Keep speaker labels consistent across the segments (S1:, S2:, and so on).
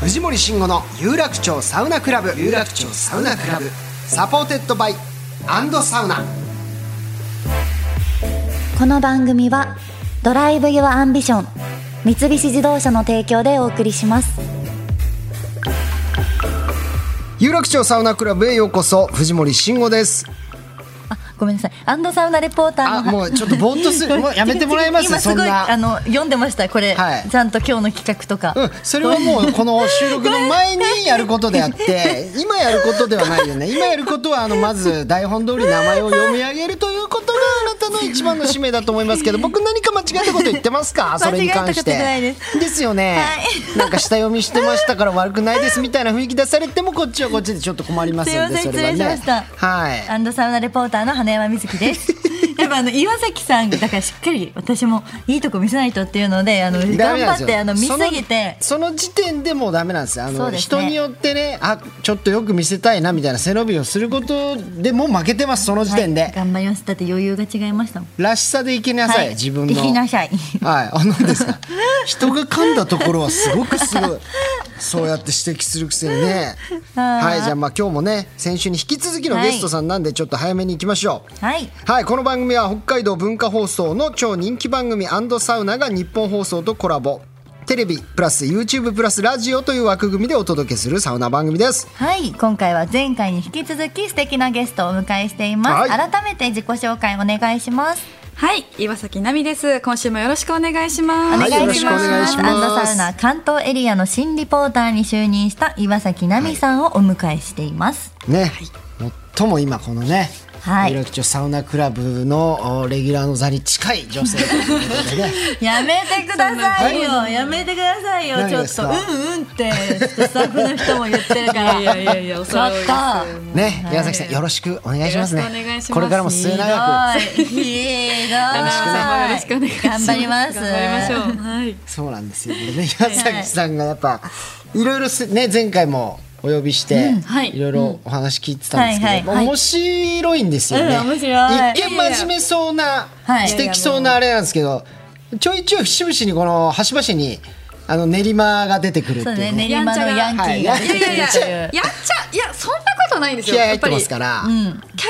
S1: 藤森慎吾の有楽町サウナクラブ有楽町サウナクラブサポーテッドバイアンドサウナ
S2: この番組は「ドライブ・ユア・アンビション」三菱自動車の提供でお送りします
S1: 有楽町サウナクラブへようこそ藤森慎吾です
S2: あごめんなさいアンドサウナレポーター
S1: あ
S2: の
S1: もうちょっとぼーっと するもうやめてもらえます
S2: 今す
S1: そん
S2: ごいあ
S1: な
S2: の読んでましたこれ、
S1: はい
S2: ちゃんと今日の企画とか、
S1: うん、それはもうこの収録の前にやることであ って今やることではないよね今やることはあのまず台本通り名前を読み上げるということがあなたの一番の使命だと思いますけ ど僕何か間違ったこと言ってますかそれに関して
S2: 間違ったことないです
S1: ですよね、
S2: はい
S1: なんか下読みしてましたから悪くないですみたいな雰囲気出されてもこっちはこっちでちょっと困ります
S2: すい
S1: よ
S2: ま
S1: ね
S2: せん
S1: それは
S2: 失礼
S1: ね
S2: しました、
S1: はい
S2: アンドサウナレポーターの花山瑞希です やっぱあの岩崎さんだからしっかり私もいいとこ見せないとっていうのであの
S1: ダ
S2: 頑
S1: メなんです
S2: 張っ
S1: よ
S2: てあの見すぎて
S1: そのその時点でもうダメなんですよあ
S2: そ
S1: の
S2: うですね
S1: 人によってねあちょっとよく見せたいなみたいな背伸びをすることでもう負けてますその時点で、
S2: はい頑張りますだって余裕が違いましたもん
S1: らしさでいきなさい、自分の
S2: 行きなさい
S1: はいあなんですか人が噛んだところはすごくすごいそうやって指摘するくせにね
S2: あー
S1: はいじゃあまあ今日もね先週に引き続きのゲストさんなんでちょっと早めに行きましょう
S2: はい
S1: はい、この番組は北海道文化放送の超人気番組サウナが日本放送とコラボ。テレビプラス YouTube プラスラジオという枠組みでお届けするサウナ番組です。
S2: はい今回は前回に引き続き素敵なゲストをお迎えしています、
S1: はい
S2: 改めて自己紹介お願いします
S3: はい、岩崎奈美です。今週もよろしくお願いします。
S2: お願
S1: はいいよろ
S2: し
S1: しくお
S2: ま
S1: 願い
S2: す。
S1: し
S2: ア
S1: ます
S2: ンドサウナ関東エリアの新リポーターに就任した岩崎奈美さんをお迎えしています。
S1: ね、最も今このね、
S2: はい
S1: 有楽町サウナクラブのおレギュラーの座に近い女性ということでね。
S2: やめてくださいよ、やめてくださいよ、
S1: 何
S2: ちょ
S1: で
S2: っ
S1: す
S2: と、
S1: か
S2: うんうんって、スタッフの人も言ってるから。
S3: いやいやいや、お
S2: ちょっ
S3: 騒い
S2: と。
S3: で
S1: ね、岩崎さんよろしくお願いしますね。
S3: よろしくお願いします
S1: これからも末
S2: ひど
S1: 永く。
S2: い、ひどい。
S3: よろしくお願いします。
S2: 頑張ります。
S3: 頑張りましょう。はい。
S1: そうなんですよね。岩崎さんがやっぱ、いろいろすね、前回もお呼びして、
S3: はい
S1: いろいろお話聞いてたんですけど、
S2: はいはいはい
S1: 面白いんですよね。
S3: うん面白い
S1: 一見真面目そうな、
S2: はい
S1: 素敵そうなあれなんですけど、ちょいちょい節々にこの端々に、あの練馬が出てくるって
S2: そ
S1: いうう
S2: ね、
S1: ね。
S2: 練馬のヤンキーが
S1: はい
S2: 出
S3: いや
S2: て
S3: い
S2: くる
S3: やいや、やっ
S2: と
S3: ち
S2: いう
S3: ゃ、いや、そんなことないんですよ。
S1: 気合
S3: や
S1: 入
S3: っ
S1: っ
S3: ぱ
S1: て
S3: り
S1: ま
S3: キ
S1: す
S3: ャ
S1: か
S3: ラ
S1: ら、
S3: クター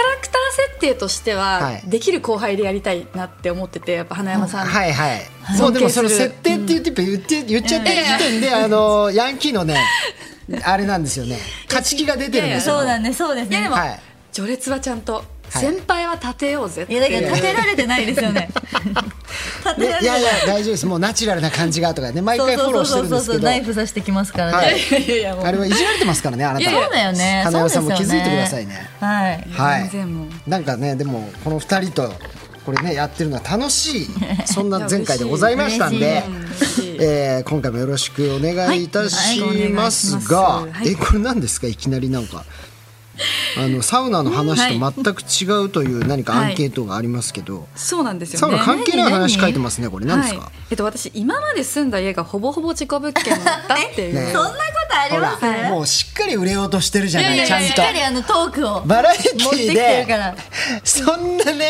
S3: 設定として
S1: は、
S3: はいできる後輩でやりたいなって思ってて、やっぱ花山さん。
S1: はいはい。もうでもその設定って言って言って言っちゃってる時点で、あのヤンキーのね、あれなんですよね。勝ち気が出てるんですよ。
S2: そうだね、そうです
S3: いや、で
S2: ね
S3: も。
S1: はい、
S3: 序列はちゃんと、
S1: い
S3: 先輩は立てようぜって。
S2: いうや、だけど、立てられてないですよ ね。立て
S1: ねい
S2: られてな
S1: や
S2: い
S1: い。や大丈夫ですもうナチュラルな感じがとかね毎回フォローしてるんですけど
S2: ナイフ刺してきますからね。
S1: はい
S3: いやいやいや、もう
S1: あれはいじられてますからねあなた
S3: いやいや
S2: そうだよね。
S1: 花山さんも
S2: そうです
S1: 気づ
S2: よ
S1: いてくださいね
S2: はい。
S1: はい
S3: 全然もう
S1: なんかねでもこの二人とこれねやってるのは楽し いそんな前回でございましたんで
S3: 嬉しい嬉しい
S1: えー今回もよろしくお願いいたしますが、
S3: はいはいお願いしますはい
S1: えこれ何ですかいきなりなんかあのサウナの話と全く違うという何かアンケートがありますけど、
S3: そうなんです
S1: サ
S3: よ
S1: ウ
S3: ね
S1: ナ。関係ない話書いてますねこれ何ですか、
S3: はい、えっと私今まで住んだ家がほぼほぼ事故物件だったっていう、
S1: ね
S2: そんなことあり
S1: ほ
S2: ます。
S1: らもうしっかり売れようとしてるじゃない
S3: やいやい
S1: ちゃ
S3: や
S1: ん
S2: しっ
S1: と
S2: かりあのトークを。
S1: バラエティ
S2: 持ってき
S1: ー
S2: てる
S1: で
S2: から
S1: そんなね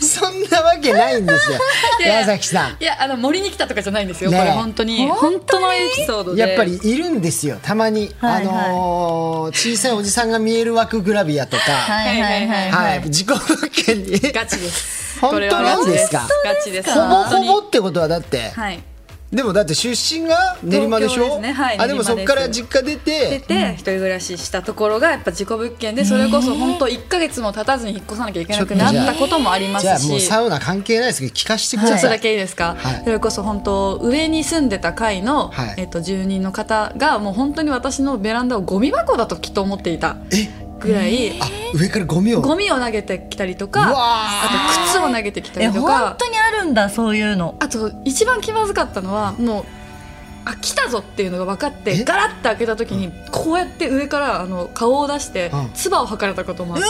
S1: そんなわけないんですよ
S3: いや
S1: 矢崎さ
S3: いやあの森に来たとかじゃないんですよ、
S1: ねえ
S3: これ本当に本当のエピソード
S1: ん
S3: で
S1: やっぱりいるんですよたまに、
S2: はいはい
S1: あのー小さいおじさんが見える枠グラビアとかは、
S2: はいはいはいいはい。
S1: 自己物件に
S3: ガチです
S1: 本当なんですか
S3: これはガチです
S1: ほぼほぼ
S3: ぼ
S1: ってことはだって、
S3: はい
S1: でもだって出身が練馬でし
S3: 東京
S1: ょ
S3: ですねはい
S1: あでもそっから実家出
S3: 出
S1: て
S3: て、一人暮らししたところがやっぱ事故物件でそれこそ本当一ヶ月も経たずに引っ越さなきゃいけなくなったこともありま
S1: じゃあ
S3: すし
S1: もうサウナ関係ないですけど聞かせてく
S3: ちょ
S1: だ
S3: っと
S1: さ
S3: だ
S1: い、
S3: けいいですか、
S1: はい
S3: それこそ本当上に住んでた階の、
S1: はい
S3: えっと住人の方がもう本当に私のベランダをゴミ箱だときっと思っていたぐらい、
S1: 上からゴミを
S3: ゴミを投げてきたりと
S1: う
S3: か
S1: わー
S3: あと靴を投げてきた
S2: え
S3: りと
S2: 本
S3: か
S2: 当にあるんだそういうの
S3: あと一番気まずかったのはもうあ来たぞっていうのが分かっ
S1: え
S3: てガラッと開けた時にこうやって上からあの顔を出して
S1: うん
S3: 唾を吐かれたこともあって。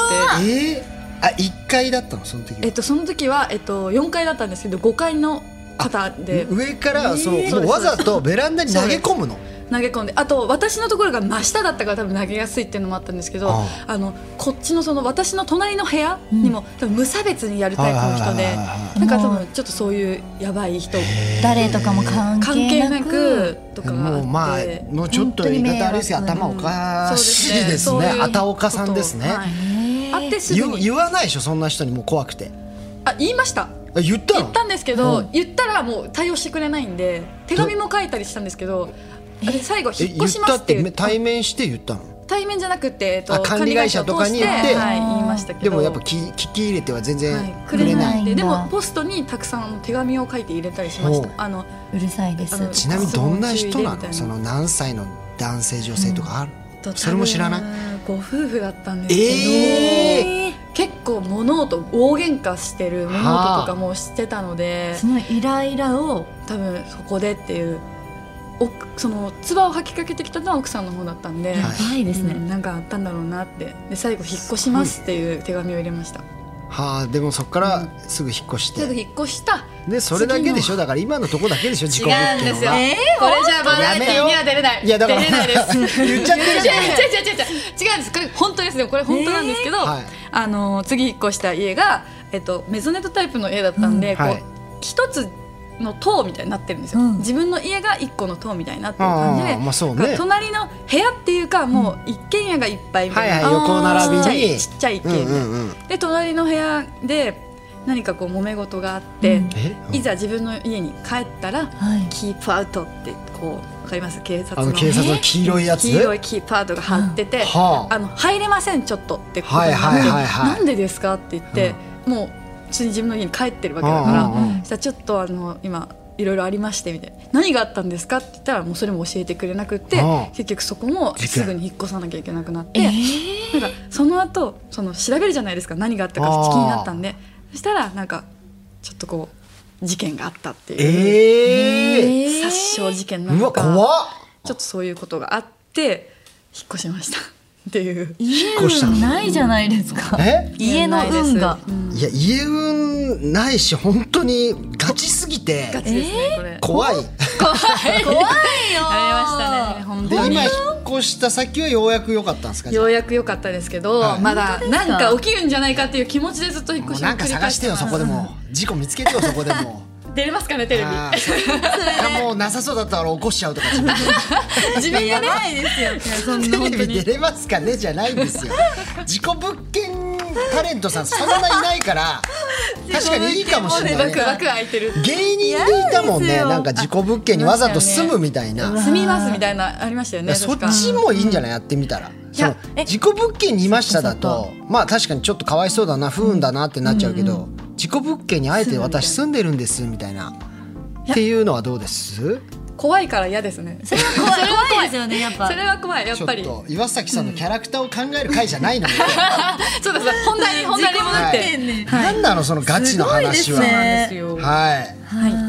S1: えー、あ一階だったのその時は
S3: えっと、その時は、えっと、4階だったんですけど5階の方で
S1: 上からその、
S3: え
S1: も
S3: ー
S1: うわざとベランダに投げ込むの
S3: 投げ込んであと私のところが真下だったから多分投げやすいっていうのもあったんですけど
S1: あ
S3: あのこっちのその私の隣の部屋にも、多分無差別にやるタイプの人
S1: はい
S3: で
S1: はいはいはい
S3: なんか多分ちょっとそういうやばい人
S2: 誰とかも関
S3: 関係
S2: 係な
S3: な
S2: く
S3: くとかがあ
S1: も
S3: っ
S1: う
S3: て。
S1: まあもうちょっと言い方あれですけど
S2: 本当に
S1: 頭
S2: 迷
S1: お
S2: 惑
S1: かしいですねあたおかさんですね、
S3: あってすぐ
S1: 言う
S3: に
S1: 言わないでしょそんな人にもう怖くて
S3: あ言いました
S1: あ言ったの
S3: 言ったんですけど、言ったらもう対応してくれないんで手紙も書いたりしたんですけどあれ最後
S1: え
S3: 引っ
S1: 言
S3: 越
S1: っ
S3: しま
S1: た
S3: す
S1: っ
S3: って
S1: て
S3: いう
S1: め対面して言ったの
S3: 対面じゃなくて、えっ
S1: あ
S3: と、
S1: 管理会社とかに行って
S3: 管理会社を通てはい、言いましたけど
S1: でもやっぱき聞き入れては全然
S3: はい、
S1: く
S3: く
S1: れ
S3: れ
S1: ない、
S3: ないんでで
S2: くれないん
S3: も
S2: だ
S3: ポストにたくさん手紙を書いて入れたりしまし
S1: ほう
S3: たあの
S2: うるさいです
S3: あの
S1: ちなみにどんな人な
S3: 質問注意でみたい
S1: の
S3: な
S1: その何歳の男性女性とかある、それも知らない
S3: 多分ご夫婦だったんです
S1: え
S3: けど、
S2: えー
S3: 結構物音大喧嘩してる物音とかもしてたので
S2: そのイライラを
S3: 多分そこでっていう奥その唾を吐きかけてきたのは奥さんの方だったん
S2: や
S3: で、
S2: ばいですね、
S3: うんなんかあったんだろうなってで最後引っ越しますっていう手紙を入れました
S1: はあでもそこからすぐ引っ越して、
S3: 最後引っ越した
S1: でそれだけでしょだから今のとこだけでしょ自己
S3: 違
S1: 物
S3: うん
S1: 件
S3: ですよ。
S1: は
S3: これじゃバラエティには出れない。
S1: いやだから
S3: 出れないです。
S1: 言っちゃってるじゃん
S3: 違う違う違う違う違うんです。これ本当ですよ。これ本当なんですけど、
S1: はい
S3: あの次引っ越した家がえっとメゾネットタイプの家だったんで、
S1: ん
S3: こう
S1: はい
S3: 一つの塔みたいになってるんですよ。
S2: うん
S3: 自分の家が一個の塔みたいになってる感じで、
S1: あーまあそうね
S3: だから隣の部屋っていうかもう一軒家がいっぱいみた
S1: はいい
S3: な。
S1: はい
S2: あー
S1: 横並び
S3: ちっちゃ
S1: に
S3: いちっちゃい一
S1: う
S3: 軒
S1: ん
S3: 家、
S1: うんうん
S3: で隣の部屋で何かこう揉め事があって、
S2: うん
S1: え
S3: いざ自分の家に帰ったら。
S2: はい
S3: キープアウトってこうわかります警察
S1: あ
S3: の
S1: の警察の黄色いやつ
S3: 黄色いキープアウトが貼ってて、
S1: はあ
S3: あの入れませんちょっとってことになって、
S1: はいはいはいはい
S3: なんでですかって言って、もう普通に自分の家に帰ってるわけだから、
S1: うんうんうん
S3: そしたらちょっとあの今いろいろありましてみたいな何があったんですかって言ったらもうそれも教えてくれなくって、
S1: うん
S3: 結局そこもすぐに引っ越さなきゃいけなくなって、
S2: え
S3: なんかその後その調べるじゃないですか何があったか
S1: あー
S3: 気になったんでそしたらなんかちょっとこう事件があったっていう。
S1: ええ
S2: えー
S3: 殺傷事件な
S1: う
S3: の
S1: わ
S3: か
S1: 怖っ
S3: ちょっとそういうことがあって引っ越しました っていう
S2: 家
S1: 越したの
S2: 運ないじゃないですか
S1: え
S2: 家の運が
S3: うん
S1: いや家運ないし本当にガチすぎて
S3: ガチですねこれ
S1: 怖い
S3: 怖い怖い
S2: よ
S3: ありましたね本
S1: で
S3: 当に
S1: 今引っ越した先はようやく良かったんですかじゃあ
S3: ようやく良かったですけど、
S1: はい
S3: まだ
S2: 当ですか
S3: なんか起きるんじゃないかっていう気持ちでずっと引っ
S1: も
S3: 越
S1: う
S3: しを
S1: なんか
S3: 繰り
S1: 探
S3: 返
S1: してよ
S3: ます
S1: そこでも事故見つけてよそこで も
S3: 出れますかねテレビ
S1: あ ーそっかもうなさそうだったら起こしちゃうとか自分で
S3: 自分がねそんな本
S1: テ
S3: 当
S1: レビ
S3: に
S1: 出れますかねじゃないんです よ事故物件タレントさんそんないないから確かにいいかもしれない、
S3: バ
S1: ね
S3: ク、バク開いてる
S1: 芸人でいたもんねなんか事故物件にわざと住むみたいな、
S3: 住みますみたいなありましたよ
S1: い
S3: ね
S1: やそっ
S3: 確か
S1: ちもいいんじゃない、やってみたらその事故物件にいましただとまあ確かにちょっとかわいそうだな不運だなってなっちゃうけど、事故物件にあえて私住んでるんですみたいなっていうのはどうです
S3: 怖いから嫌ですねそれ
S2: 怖い怖いですよねやっぱ
S3: それは怖いやっ
S1: ちょ
S3: ぱり
S1: っと岩崎さんのキャラクターを考える回じゃないのよ、
S3: そうだそうだ本題に本題に戻って、
S1: 自己
S2: ね
S1: なんなのそのガチの話は、
S2: すごいですね
S3: よ
S1: はい。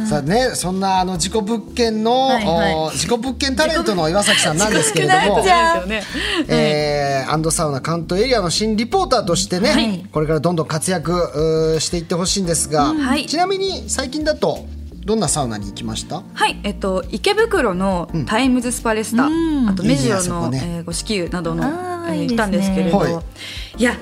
S1: さあね、そんなあの自己物件の、
S2: はいはい
S1: お自己物件タレントの岩崎さんなんですけれど
S3: な
S1: も
S3: っち、ゃうですよね。
S1: えーアンドサウナ関東エリアの新リポーターとしてね、
S2: はい
S1: これからどんどん活躍うーしていってほしいんですが、
S3: はい
S1: ちなみに最近だとどんなサウナに行きました？
S3: はい、えっと、池袋のタイムズスパレスタ、
S2: うん
S3: あと目白
S1: いいねそこ
S3: の、
S1: ね
S3: えーご子宮などの、
S2: あー
S3: えー
S2: いいですね
S3: 行ったんですけれど、
S1: はい
S3: い、や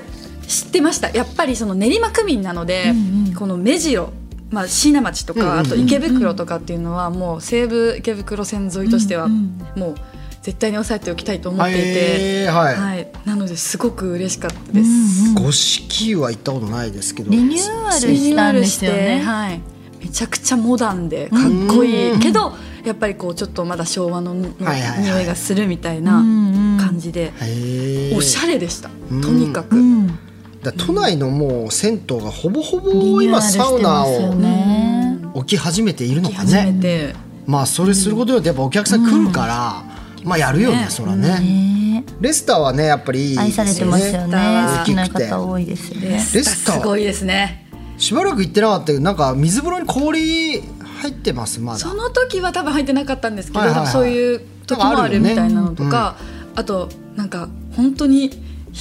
S3: 知ってましたやっぱりその練馬区民なので、この目白まあ、椎名町とか、
S1: うんうんうん
S3: あと池袋とかっていうのはもう西武池袋線沿いとしてはもう絶対に抑えておきたいと思っていて、
S1: えーはい。
S3: はい、なのですごく嬉しかったです。
S1: 五色は行ったことないですけど、
S2: リニューアル
S3: リニュ
S2: し
S3: ー
S2: た
S3: ア
S2: ん
S3: ル
S2: で
S3: し
S2: す
S3: て
S2: よね
S3: はい、めちゃくちゃモダンでかっこいいけどやっぱりこうちょっとまだ昭和のの
S1: はいはいはい
S3: 匂いがするみたいな感じで、
S1: へー
S3: おしゃれでした、
S1: ん
S3: とにかく、
S2: うん
S1: だから都内のもう銭湯がほぼほ
S2: リニ
S1: ぼ
S2: ューア
S1: 今
S2: ルして
S1: サウナ
S2: ますよ
S1: を
S2: ね
S1: 置き始めているの
S3: 来
S1: か
S3: 始
S1: ね。
S3: めて、
S1: まあそれすることによってやっぱお客さん来るから、
S3: き
S1: まあやるよねそらね、
S2: ね
S1: レスターはねやっぱりいいですよね
S2: 愛されてますよね好きな方多いですよね
S1: レ
S3: レ
S1: ス
S3: ス
S1: タ
S3: タ
S1: ー
S3: ーすごいですね
S1: しばらく行ってなかったけどなんか水風呂に氷入ってますまだ
S3: その時は多分入ってなかったんですけど、
S1: はいはいはい
S3: そういう時もあるみたいなのと
S1: なんか
S3: か、あとなんか本当に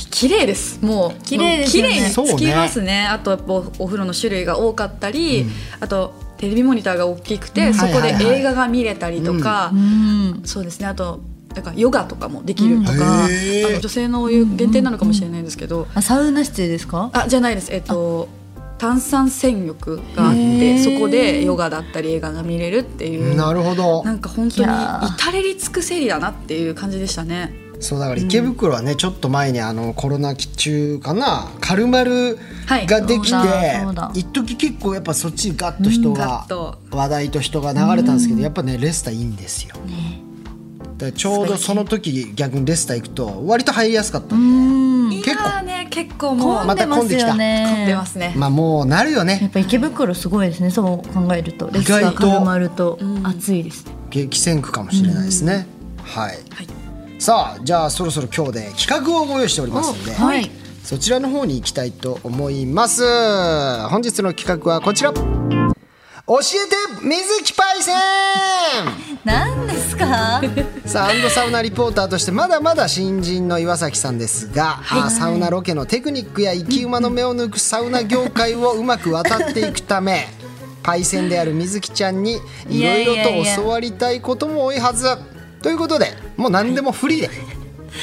S3: 綺麗ですもう
S2: 綺麗ですよね
S3: 綺麗につきますねあとやっぱお風呂の種類が多かったり、あとテレビモニターが大きくて、
S1: うん
S3: そこ
S1: はい
S3: で
S1: はいはい
S3: 映画が見れたりとか、
S2: うん
S3: そうですねあとだからヨガとかもできるとか、
S1: うんへー
S3: あの女性のお湯限定なのかもしれないんですけど、
S2: あサウナ室ですか
S3: あじゃないですえっと炭酸泉浴があっ
S2: へ
S3: て
S2: ー
S3: そこでヨガだったり映画が見れるっていう
S1: なるほど
S3: なんか本当
S2: い
S3: に
S2: やー
S3: 至れり尽くせりだなっていう感じでしたね。
S1: そうだから池袋はね、ちょっと前にあのコロナ期中かなカルマル
S3: はい
S1: ができて、
S2: そうだそうだ
S1: 一時結構やっぱそっちにガッと人
S3: ガ
S1: が
S3: ッ、と
S1: 話題と人が流れたんですけど、やっぱねレスタいいんですよ、だからちょうどその時逆にレスタ行くと割と入りやすかったんで
S2: うん
S1: 結構
S3: 今はね結構もう
S2: 混
S1: ま
S2: ん
S1: た
S2: で
S1: 混
S2: ま
S1: ん
S2: す
S1: できた
S2: よね
S3: 混んでますね。
S1: まあもうなるよ
S2: やっ
S1: ね
S2: ぱ池袋すごいですねそう考えるとレス
S1: 意
S2: が
S1: 外と
S2: 固まると暑いですね
S1: 激戦区かもしれないですね、はい、
S3: はい
S1: さあじゃあそろそろ今日で企画をご用意しておりますので、
S2: はい
S1: そちらの方に行きたいと思います本日の企画はこちら教えて水木パイ セン
S2: 何ですか
S1: さあアンドサウナリポーターとしてまだまだ新人の岩崎さんですが、あーサウナロケのテクニックや生き馬の目を抜くサウナ業界をうまく渡っていくた めパイセンである水木ちゃんにいろいろ
S2: いやいやいや
S1: と教わりたいことも多いはずということでもう何でもフ リーで、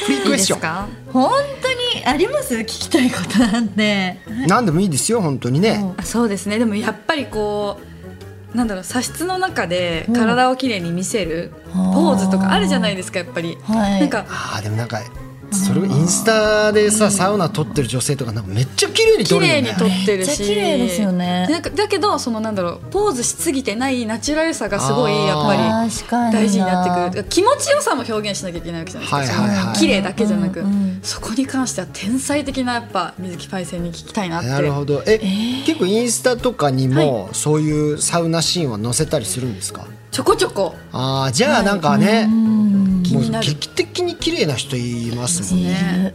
S1: フリークエスチョン
S3: か
S2: 本当にあります聞きたいことなんて
S1: 何でもいいですよ本当にね、
S3: あそうですねでもやっぱりこうなんだろう茶室の中で体をきれいに見せるポーズとかあるじゃないですかやっぱり。
S2: はい
S3: なんか
S1: あーでもなんかそれインスタでさサウナ撮ってる女性とかなんかめっちゃ綺麗に撮
S3: 綺
S1: るよ
S3: 麗
S1: ね
S3: に撮ってるし
S2: めっちゃ綺麗ですよね
S3: なんかだけどそのなんだろうポーズしすぎてないナチュラルさがすごい
S1: あー
S3: やっぱり
S2: 確かにな
S3: 大事になってくる気持ちよさも表現しなきゃいけないわけじゃないですか、
S1: はいはいはい
S3: その綺麗だけじゃなく、
S2: うんうん
S3: そこに関しては天才的なやっぱ水木パイセンに聞きたいなって
S1: なるほどえ、結構インスタとかにも、そういうサウナシーンは載せたりするんですか
S3: ちょこちょこ
S1: あーじゃあなんかね、
S3: 気
S1: もう
S3: になる
S1: 劇的に綺麗な人いますもんね
S3: ね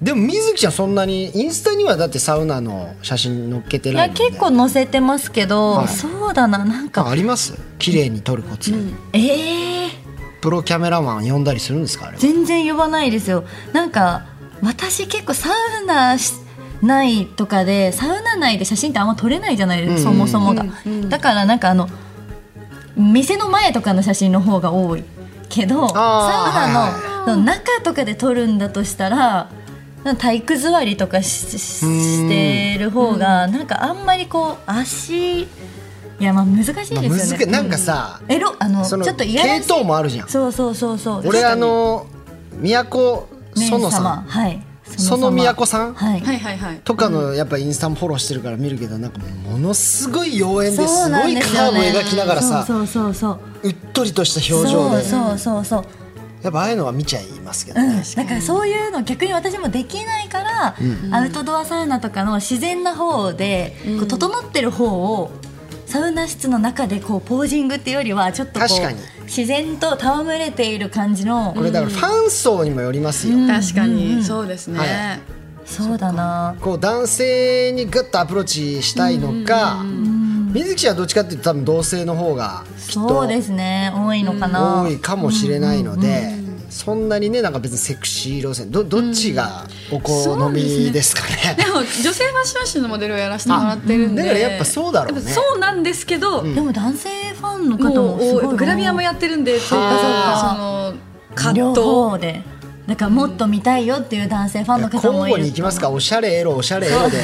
S1: でも水木ちゃんそんなにインスタにはだってサウナの写真載っけて
S2: い
S1: ないも
S2: や
S1: ん、ね、
S2: 結構載せてますけど、
S1: はい
S2: そうだななん
S1: なんか
S2: か
S1: あります綺麗に撮るコツ、
S2: ええ
S1: プロキャメラマン呼んだりするんですかあれは
S2: 全然呼ばないですよなんか私結構サウナしないとかでサウナ内で写真ってあんま撮れないじゃないですか、
S1: うん
S2: そもそもが、
S3: うんうん
S2: だからなんかあの店の前とかの写真の方が多いけどサウ
S1: あー
S2: ナ
S1: はい
S2: のその中とかで撮るんだとしたらなんか体育座りとかしししてる方がなんかあんまりこう足いやまあ難しいです
S1: ま
S2: よ
S1: あ
S2: ね、
S1: 難しいなんかさ、
S2: エロあのち
S1: その
S2: ょっと
S1: 系
S2: いやらしい
S1: 統もあるじゃん
S2: そうそうそうそう
S1: 俺あの都園さん
S2: はい
S1: その都さん
S2: はい、
S3: はいはいはい
S1: とかのやっぱインスタもフォローしてるから見るけどなんかものすごい妖艶ですごいカーブ描きながらさ
S2: そうそうそう
S1: うっとりとした
S2: そう
S1: 表情で
S2: そうそうそう
S1: やっぱああいうのは見ちゃいますけど
S2: う
S1: ね
S2: ん、だからそういうの逆に私もできないから、アウトドアサウナとかの自然な方で、こう整ってる方をサウナ室の中でこうポージングっていうよりはちょっとこ
S1: 確かに
S2: う自然と戯れている感じの
S1: これだからファン層にもよりますよ
S3: 確かにそうですね、
S1: は
S2: そうだな
S1: こう男性にグッとアプローチしたいのか水木はどっちかっていうと多分同性の方がきっ
S2: そ
S1: と
S2: うですね多いのかな、
S1: 多いかもしれないのでそんなにねなんか別にセクシー路線どどっちがお好みですかね
S3: でも女性ファッション誌のモデルをやらせてもらってるんで
S1: あだからやっぱそうだろうね
S3: やっぱそうなんですけど、
S2: でも男性ファンの方
S3: も
S2: もすごい多
S3: う
S2: い
S3: グラビアもやってるんでそう
S2: は
S3: かそうかその
S2: 両
S3: 葛
S2: 方でだからもっと見たいよっていう男性ファンの
S1: 交
S2: 方もい
S1: 互
S2: る
S1: に行きますかおしゃれエロおしゃれエロで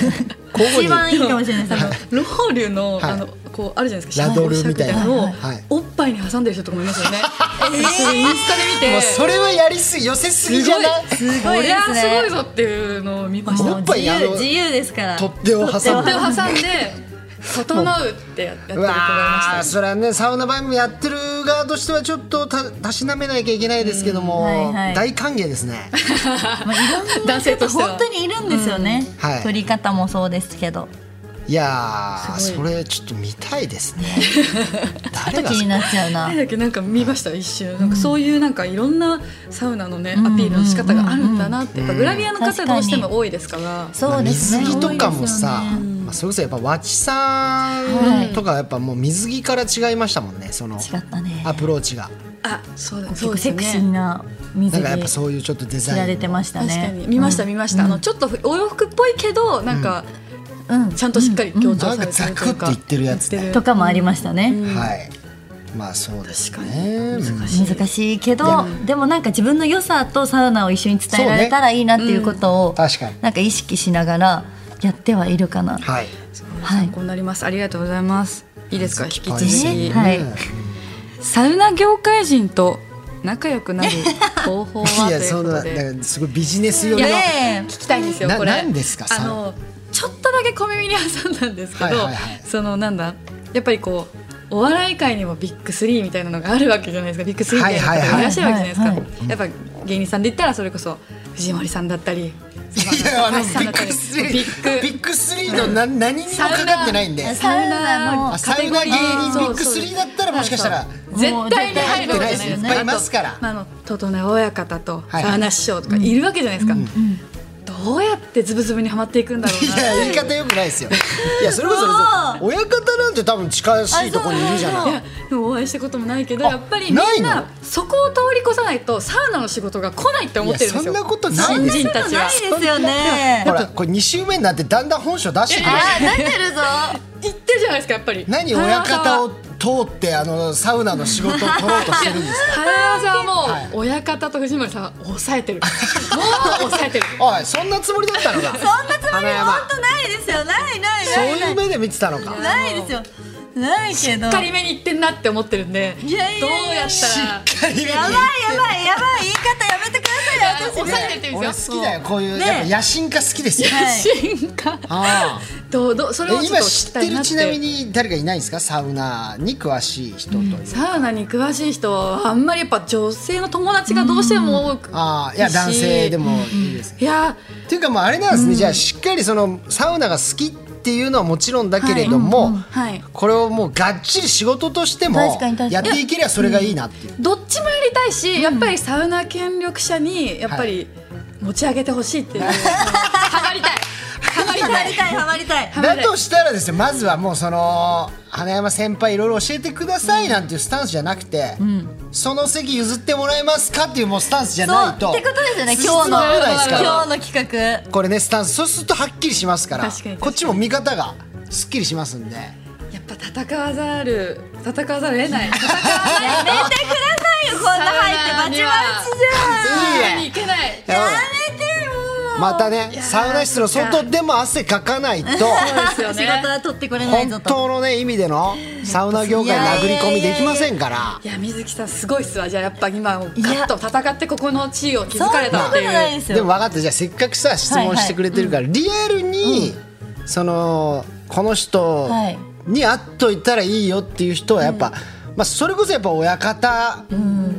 S1: 交互
S2: 一番
S1: に
S2: いいかもしれないです
S3: 藤ロウリュの,、
S1: はい
S3: あのこうあるじゃないですか
S1: ラドルみたいな
S3: シャークシャークみたい
S1: はいはい
S3: なのをおっぱいに挟んでる人とかもいますよね、それインスタで見て
S1: もうそれはやりすぎ寄せすぎじゃない
S3: すごい
S2: すごいですね
S3: こりゃすごいぞっていうのを見まし
S1: お
S3: た
S1: っぱい
S2: 自
S1: あ
S2: 由
S1: の
S2: 自由ですから
S1: 取っ手を挟
S3: 取っ手を
S1: む
S3: 挟んで「整う」ってやってる
S1: う
S3: 子がい
S1: わ
S3: ま
S1: ー
S3: し
S1: それはねサウナ番組やってる側としてはちょっとたたしなめなきゃいけないですけども、
S2: うんはいはい
S1: 大歓迎ですね
S2: まあいろんな
S3: 男性としては
S2: 本当にいるんですよね、
S1: うんはい
S2: 取り方もそうですけど
S1: いやー
S3: す
S1: そ
S3: ごい
S1: れちょっと見たいですね誰が
S2: 気
S1: そ
S2: になっちゃうな
S3: 誰だっけなんか見ました一瞬なんかそういうなんかいろんなサウナのねアピールの仕方があるんだなってやっぱグラビアの方どうしても多いですから
S2: そうですね
S1: 水着とかもさ、
S2: 多いですよね
S1: まあ、それこそやっぱ和知さんとかやっぱもう水着から違いましたもんねその
S2: 違ったね
S1: アプローチが
S3: あそうだ
S2: 結
S3: そう
S2: 構
S3: です
S2: セ
S3: ね
S2: クシーな水
S1: なん
S2: 着
S1: かやっぱそういうちょっとデ
S2: 着
S1: ザ
S2: ら
S1: イ
S2: れ
S1: ン
S2: てました
S3: 確
S2: ね
S3: かに見ました見ましたあのちょっとお洋服っぽいけどなんか
S2: うん
S3: ちゃんとしっかり強調
S1: なん
S3: さ
S1: か
S3: れて
S1: ザ
S3: る
S1: ク
S3: と
S1: っ
S3: いう
S1: て
S3: か
S1: 言ってるやつね、
S2: とかもありましたね、
S1: はいまあそうです
S3: 確か
S1: ね
S3: 難しい
S2: 難しいけどでもなんか自分の良さとサウナを一緒に伝えられたらいいなっていうことを、
S1: 確かに
S2: なんか意識しながらやってはいるかな、
S1: はい
S2: はい
S3: 参考になりますありがとうございますいいですか引き続
S1: はい
S3: き
S2: はい
S1: ね
S3: サウナ業界人と仲良くなる方法 は
S1: い
S3: と
S1: や
S3: いう
S1: そ
S3: こ
S1: んな
S3: と
S1: な
S3: で
S1: んかすごいビジネス寄
S3: い
S1: り
S3: や
S1: の
S2: ねえ
S3: 聞きたいんですよ
S1: な
S3: これ
S1: 何ですか
S3: あのちょっとだけ小耳に挟んだんですけど、
S1: はいはいはい
S3: そのなんだやっぱりこうお笑い界にもビッグスリーみたいなのがあるわけじゃないですかビッグスリーみたいな
S1: はいはい
S3: 方
S1: はい
S3: がいらっしゃるわけじゃないです
S2: は
S3: か、やっぱ芸人さんで言ったらそれこそ藤森さんだったり
S1: いやあの
S3: 高橋
S1: ビ
S3: さんだ
S1: ッ
S3: ったり
S1: グスリー
S3: ビッグ
S1: ビッグスリーの何何にもかかってないんで
S2: サウナサウナも
S1: あサウナ芸人ビッグスリーだったらもしかしたら
S3: 絶対に入るわけじゃない
S1: い
S3: で
S1: っ
S3: すか
S1: ぱいいますから
S3: あとあの整親方と
S1: はい
S3: サウナ師匠とかいるわけじゃないですか、どうやってズブズブにはまっていくんだろう
S1: いや言
S3: な
S1: い方よくないですよいやそれこそ親方なんて多分近しいところにいるじゃ
S3: い
S1: ない
S3: やでもお会いしたこともないけど
S1: あ
S3: やっぱりみん
S1: ないの
S3: なそこを通り越さないとサウナの仕事が来ないって思ってるんですよ
S1: いやそんなことないです
S3: 日本人たちは
S2: ないですよね
S1: ほらこれ2週目になってだんだん本性出してくる
S2: あ出てるぞ
S3: 言ってるじゃないですかやっぱり
S1: 何
S3: 花
S1: 親
S3: 輪さん
S1: 方
S3: は
S1: を通ってあのサウナの仕事を取ろうとしてるんです か
S3: 花輪さんはもう親方と藤森さんは抑え てるもう抑えてる
S1: おいそんなつもりだったのかそんなつもり
S2: 本当ないですよないない
S1: そう
S2: ない
S1: いう目で見てたのか
S2: ないですよないけど
S3: しっかりめにいってんなって思ってるんで
S2: いやいやいや
S3: どうやった
S1: しっかり目で見て
S2: やばいやばいやばい言い方やめてください
S3: ら
S2: よ私
S3: 抑えてって言うん
S1: 俺
S3: で
S1: 好
S3: すよ
S1: きだよこういう
S2: ね
S1: やっぱ野心家好きですよ
S2: はい
S3: 進化
S1: ああ
S3: どうどうそれを
S1: え
S3: ちょっ
S1: 今
S3: と
S1: 知
S3: 聞
S1: っ
S3: きた
S1: て
S3: いな
S1: る
S3: って
S1: ちなみに誰かいないんですかサウナに詳しい人という、
S3: サウナに詳しい人はあんまりやっぱ女性の友達がどうしても多く
S1: ああいや男性でもいいですね、
S3: いや
S1: っていうかもうあれなんですね、じゃあしっかりそのサウナが好きっていうのはもちろんだけれども、
S3: はい
S1: これをもうがっちり仕事としても
S2: 確かに確か
S1: やっ
S2: に
S1: ていけりゃそれがいいなっていう、
S3: どっちもやりたいし、やっぱりサウナ権力者にやっぱ
S1: は
S3: り持ち上げてほしい っていう、ハマりたいハマり
S2: ハマ
S3: た
S2: り
S3: い
S2: たいハマりたい
S3: ハマ
S1: だ
S3: りた
S1: と
S3: い
S1: したらですねまずはもうその花山先輩いろいろ教えてくださいなんていうスタンスじゃなくて、その席譲ってもらえますかっていうもうスタンスじゃ
S2: そう
S1: ない
S2: って
S1: と
S2: ことですよね
S1: 進
S2: 今日
S1: ま
S2: の
S1: ないですから
S2: 今日の企画
S1: これねスタンスそうするとはっきりしますから
S3: 確かに確かに
S1: こっちも見方がすっきりしますんで
S3: やっぱ戦わざる戦わざるを得な
S2: やめ
S3: い戦わ
S2: てくださいよこんな入ってバチバチじゃん
S3: ざるにいけない
S1: やまたねサウナ室の外でも汗かかない と
S3: ですよ
S2: 仕事
S3: ね
S2: は取ってこれないぞ
S1: 本
S2: と
S1: 当のね意味でのサウナ業界殴り込みできませんから
S3: いや水木さんすごいっすわじゃあやっぱ今ガッと戦ってここの地位を築
S2: そん
S3: かれ
S2: な
S3: た
S2: こ
S3: っ
S2: と
S3: ていう
S2: ないです
S1: で
S2: よ
S1: も分かったじゃあせっかくさ質問してくれてるからリアルにそのこの人
S2: はい
S1: に会っといたらいいよっていう人はやっぱまあそれこそやっぱ親方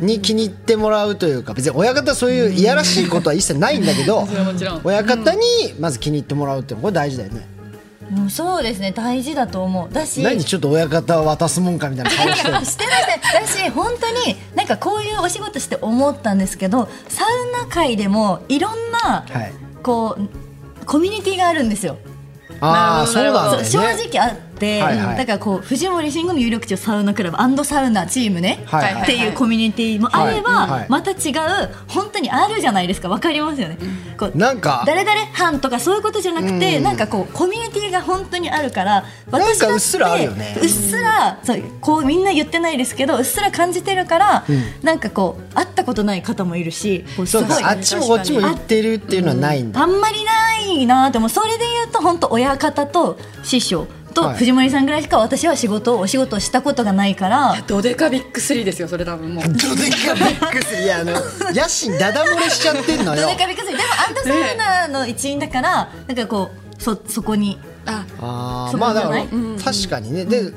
S1: に気に入ってもらうというか別に親方そういういやらしいことは一切ないんだけど
S3: それはもちろん
S1: 親方にまず気に入ってもらうってこれ大事だよね
S2: うんそうですね大事だと思うだし
S1: 何ちょっと親方を渡すもんかみたいな顔してる
S2: してないだし本当になんかこういうお仕事して思ったんですけどサウナ界でもいろんな、
S1: はい
S2: こうコミュニティがあるんですよ
S1: ああそうなんだよね
S2: そう正直あって、
S1: はいはい
S2: だからこう藤森慎吾の有力長サウナクラブサウナチームね、
S1: はいはい
S2: っていうコミュニティもあれば、
S1: はいはい
S2: また違う本当にあるじゃないですかわかりますよね。こう
S1: なんか
S2: 誰々班とかそういうことじゃなくて、
S1: うん
S2: なんかこうコミュニティが本当にあるから
S1: なん
S2: だ
S1: か
S2: て
S1: うっすらあるよね
S2: うっすらそうこうみんな言ってないですけどうっすら感じてるから、なんかこう会ったことない方もいるしこうす
S1: そ
S2: ご
S1: う
S2: い
S1: かあっちもこっちも言ってるっていうのはないんだ
S2: あんまりないなと思うそれで言うと本当親方と師匠と
S1: はい
S2: 藤森さんぐらいしか私は仕事をお仕事をしたことがないから
S3: ドデカビッグスリーですよそれ多分もう
S1: どでかびっくりいやあの野心ダダ漏れしちゃってんの
S2: ど
S1: よ
S2: れかびっくりするでもアンドサウナの一員だからなんかこうそそこに
S3: あ
S1: あー
S2: そう
S1: まあ
S2: じ
S1: だ
S2: ゃ
S1: か
S2: ない
S1: ら確かにねで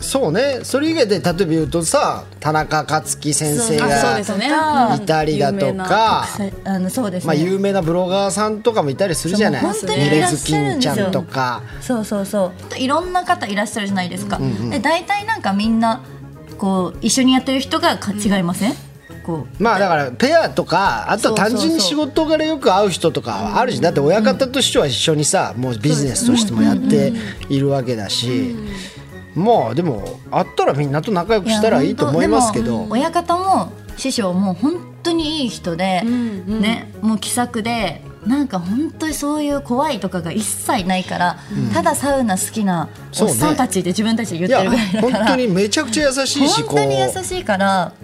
S1: そうねそれ以外で例えば言うとさ田中克樹先生
S3: あそう
S1: が
S3: ですね
S2: あ
S1: いたりだと
S3: 有名
S1: か
S2: せあのそうですね、
S1: まあ、有名なブロガーさんとかもいたりするじゃない
S2: そう
S3: 本当に
S1: ミ
S3: い
S1: レ
S2: らっ
S1: ズ
S2: し
S1: キ
S2: ゃる
S1: ン
S2: んです
S1: ち
S2: よ
S1: ゃんとか
S2: そうそうそういろんな方いらっしゃるじゃないですか、で大体なんかみんなこう一緒にやってる人がか違いません、こう
S1: まあだからペアとかあとは単純に
S2: そう
S1: 仕
S2: そう
S1: 事柄よく会う人とかはあるしだって親方と師匠は一緒にさもうビジネスとしてもやっているわけだしまあでも会ったらみんなと仲良くしたらいいと思いますけ
S2: や
S1: ど
S2: 本当でも親方も師匠も本当にいい人で、
S3: んうん
S2: ねもう気さくでなんか本当にそういう怖いとかが一切ないから、ただサウナ好きなおっさんたちで自分たち
S1: い
S2: で言って
S1: や
S2: るぐらいだか
S1: 本
S2: ら
S1: 当にめちゃくちゃ優しいし
S2: 本
S1: こ
S2: 当に優
S1: う
S2: しいから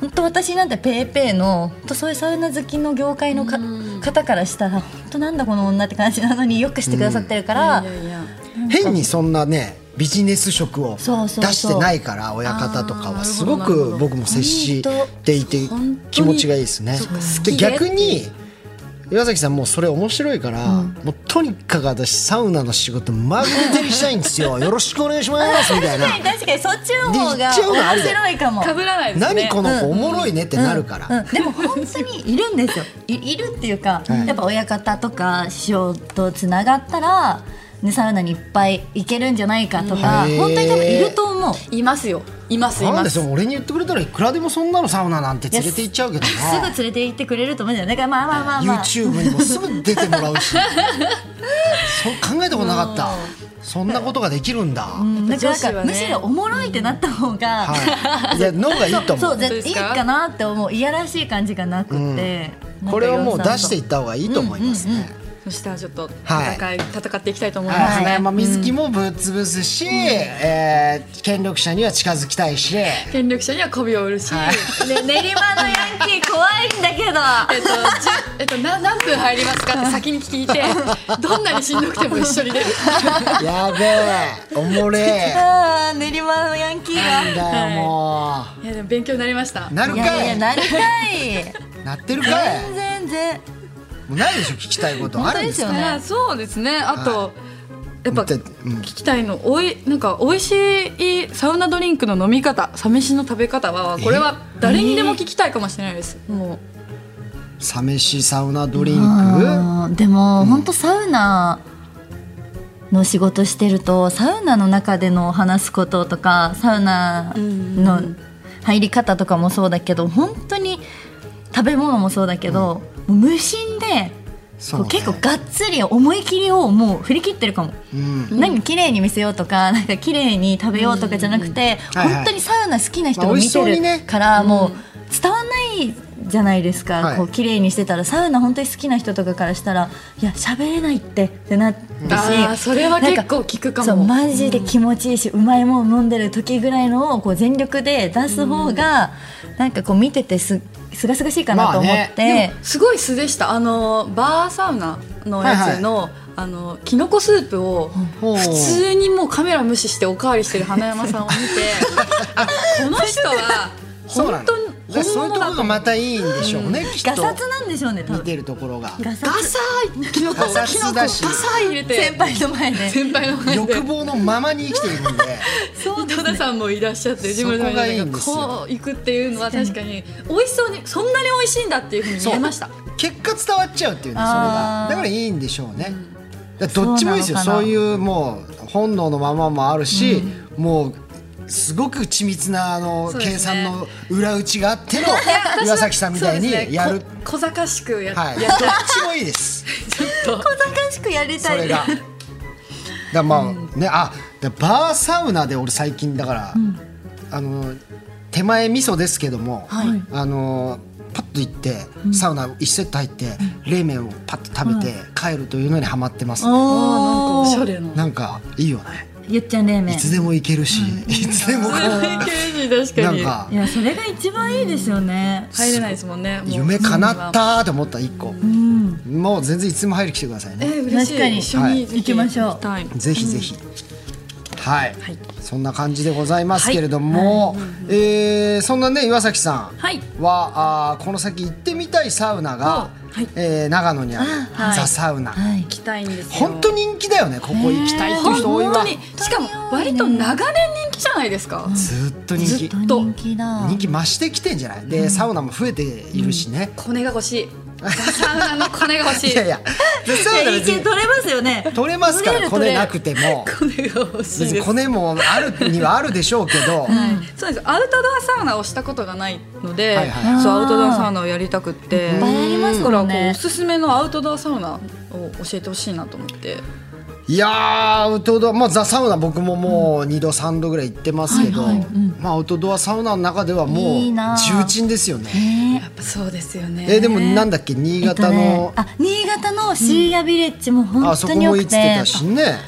S2: 本当私なんてペーペーの本当そういうサウナ好きの業界のか方からしたら本当なんだこの女って感じなのによくしてくださってるから、
S3: いやいや
S1: 変にそんなねビジネス色を出
S2: そうそうそう
S1: してないから親方とか
S3: あ
S1: は
S3: ー
S1: すご
S3: なるほどなる
S1: く
S3: ほど
S1: 僕も接していて
S3: 本当に
S1: 気持ちがいいですね
S3: そっか。好
S1: で
S3: きで
S1: 逆に岩崎さんもうそれ面白いから、もうとにかく私サウナの仕事マグネにしたいんですよよろしくお願いしますみたいな
S2: 確かに確かにそっちの方
S1: で言
S2: が
S1: っちゃうのあり
S2: 面
S1: だよ
S2: 白いかも。
S3: かぶらないですね
S1: 何この子おもろいねってなるから、
S2: うん、でも本当にいるんですよいいるっていうか、
S1: はい
S2: やっぱ親方とか師匠とつながったら、ね、サウナにいっぱい行けるんじゃないかとか、
S1: うん
S2: 本当に多分いると思う
S3: いますよいますい
S1: なん
S3: ま
S1: です
S3: す
S1: よ俺に言ってくれたらいくらでもそんなのサウナなんて連れて行っちゃうけど
S2: すぐ連れて行ってくれると思うんだよねだからまあまあまあまあ、
S1: YouTube にもすぐ出てもらう しそう考えたことなかったそんなことができるんだ、
S2: うんだから
S3: 女子はね
S2: むしろおもろいってなった方が、
S1: はい、 いや脳がいいと思
S2: そうう
S3: 本当で
S2: 絶
S3: す
S2: いい
S3: か
S2: かなって思ういやらしい感じがなくて、
S1: これをもう出してい
S2: い
S1: った方がいいと思いますね、
S3: そしたらちょっと
S1: はい
S3: 戦い、戦っていきたいと思いま
S1: は
S3: す
S1: い
S3: ね、
S1: まあ、水木もぶっ潰すし、えー権力者には近づきたいし
S3: 権力者には媚びを売るし、
S2: ね、練馬のヤンキー怖いんだけど
S3: えっと、じゅえっと、な何分入りますかって先に聞いてどんなにしんどくても一緒に出る
S1: やべえおもれ え
S2: あー練馬のヤンキーが
S1: なんだよも
S3: いやでも勉強になりました
S1: うなる
S2: い
S1: かい
S2: やいやなりたい
S1: なってるかい
S2: 全然全然
S1: もうないでしょ聞きたいことあ
S2: 本当
S1: るん
S2: で
S1: です
S2: す
S1: か
S2: よ
S3: ね
S2: ね
S3: そうですねあと、やっぱ
S1: だっ
S3: 聞
S1: てうん
S3: きたいのおいなんか美味しいサウナドリンクの飲み方サ飯の食べ方はこれは誰にでも聞きたいかもしれないです、も
S1: サ飯サウナドリンク
S2: あーでも本当サウナの仕事してるとサウナの中での話すこととかサウナの入り方とかもそうだけど本当に食べ物もそうだけど、もう無心で
S1: そ
S2: こ
S1: う
S2: う
S1: ね
S2: 結構がっつり思い切りをもう振り切ってるかも。
S1: うん
S2: 何か綺麗に見せようとか なんか綺麗に食べようとかじゃなくて、
S1: うんうんはいはい
S2: 本当にサウナ好きな人
S1: まあ
S2: が
S1: 美
S2: 見
S1: 味しそうに
S2: て
S1: ね
S2: るから、もう伝わんないじゃないですか、
S1: はい
S2: こう綺麗にしてたらサウナ本当に好きな人とかからしたらいや喋れないってってなったし、
S3: うああそれは結構聞くか
S2: そう
S3: も
S2: マジで気持ちいいし、うまいもん飲んでる時ぐらいのをこう全力で出す方が、なんかこう見ててすすがすがしいかなと思って、
S3: すごい素でしたあのバーサウナのやつの、あのキノコスープを
S1: ほう
S3: 普通にもうカメラ無視しておかわりしてる花山さんを見てあ この人は
S1: そうなの
S3: 本当に
S1: だからそうい
S3: 本
S1: うとこ
S3: 物
S1: ろ
S3: だ
S1: が
S3: と
S1: またいいんでしょうね、きっ
S2: ガ
S1: と
S2: サツなんでしょうね多
S1: 見
S2: 分
S1: てるところが
S2: ガサ
S3: ガ
S2: ツ
S3: サーキノコ
S1: ガサ
S3: キノ
S1: ツ
S3: コガ
S1: だし
S3: サー入れて
S2: 先輩の前で
S3: 先輩の前で
S1: 欲望のままに生きているんで
S2: そうで
S3: 戸
S2: すね
S3: 田さんもいらっしゃって藤村さんもらっしゃって
S1: そこがいいんですよ
S3: こう行くっていうのは確かに美味しそうにそんなに美味しいんだっていうふうに見えました
S1: 結果伝わっちゃうっていうねそれが
S2: あー
S1: だからいいんでしょうね、だからどっちもいいですよ
S2: そう
S1: そ
S2: なの
S1: う
S2: かな
S1: いうもう本能のままもあるし、もうすごく緻密なあの、
S3: そうですね
S1: 計算の裏打ちがあっての
S3: 私は
S1: 岩崎さんみたいに
S3: そうですね
S1: やる、
S3: こ小賢しくや,、
S1: はいどっ
S3: やっ
S1: ちもいいです
S2: 小賢しくやり
S1: そ
S2: たい
S1: れが。だまあ、ねあだバーサウナで俺最近だから、あの手前味噌ですけども、
S2: い
S1: あのパッと行って、サウナ1セット入って、冷麺をパッと食べて、帰るというのにハマってます、ね、
S3: お
S2: お
S3: しゃれな
S1: なんかいいよね
S2: ゆっちゃん冷麺
S1: いつでも行けるし、いつでもこう
S3: 確 か
S1: な
S3: に
S1: んか
S2: いやそれが一番いいですよね、
S3: 入れないですもんねもう
S1: 夢叶ったーと思った1個、
S2: うん、
S1: もう全然いつでも入り来てください
S3: え
S1: ね、
S3: ー、嬉しい
S2: 確かに
S3: 一緒に
S1: は
S3: ぜひ
S2: 行きましょう
S3: 行きたい
S1: ぜひぜひ、はい、
S3: はい
S1: そんな感じでございますけれども、えーそんなね岩崎さん、
S3: はい
S1: はあーこの先行ってみたいサウナが、
S3: はい
S1: えー長野にある
S2: あはい
S1: ザサウナ、
S2: はい
S3: 行きたいんですよ
S1: 本当人気だよねここ行きたいっていう人多い
S3: 本
S1: わ、
S3: 当にしかも割と長年人気じゃないですか、
S1: ずっと人
S2: ず
S1: 気
S2: っと人気だ
S1: 人気増してきてんじゃないでサウナも増えているしね、
S3: コネが欲しいサウナのコネが欲しい
S1: いやいやでサウナ別に
S2: れますよね
S1: 取れますからコ
S2: 取れ
S1: ネ
S2: る
S1: なくても
S3: コネが欲しい
S1: 別
S3: で
S1: に
S3: す
S1: コネもあるにはあるでしょうけど、
S3: そうですアウトドアサウナをしたことがないので、
S1: はいはい
S3: そうアウトドアサウナをやりたくって
S2: いっぱいあります
S3: だか
S2: も
S3: ら
S2: ん
S3: こうお
S2: ね
S3: すすめのアウトドアサウナを教えてほしいなと思って
S1: いやーアウトドア、まあ、ザ・サウナ僕ももう2度3度ぐらい行ってますけど、
S2: はいはいうん
S1: まあ、アウトドアサウナの中ではもう
S2: いいなー
S1: 重鎮ですよね。
S3: やっぱそうですよね
S1: えーでもなん
S3: だ
S1: だっけ新潟の、
S2: あ新潟のシーガビレッジも
S1: あ
S2: 本
S1: そ
S2: 当
S1: こ
S2: に良
S1: も言
S2: く
S1: って
S2: て
S1: たしね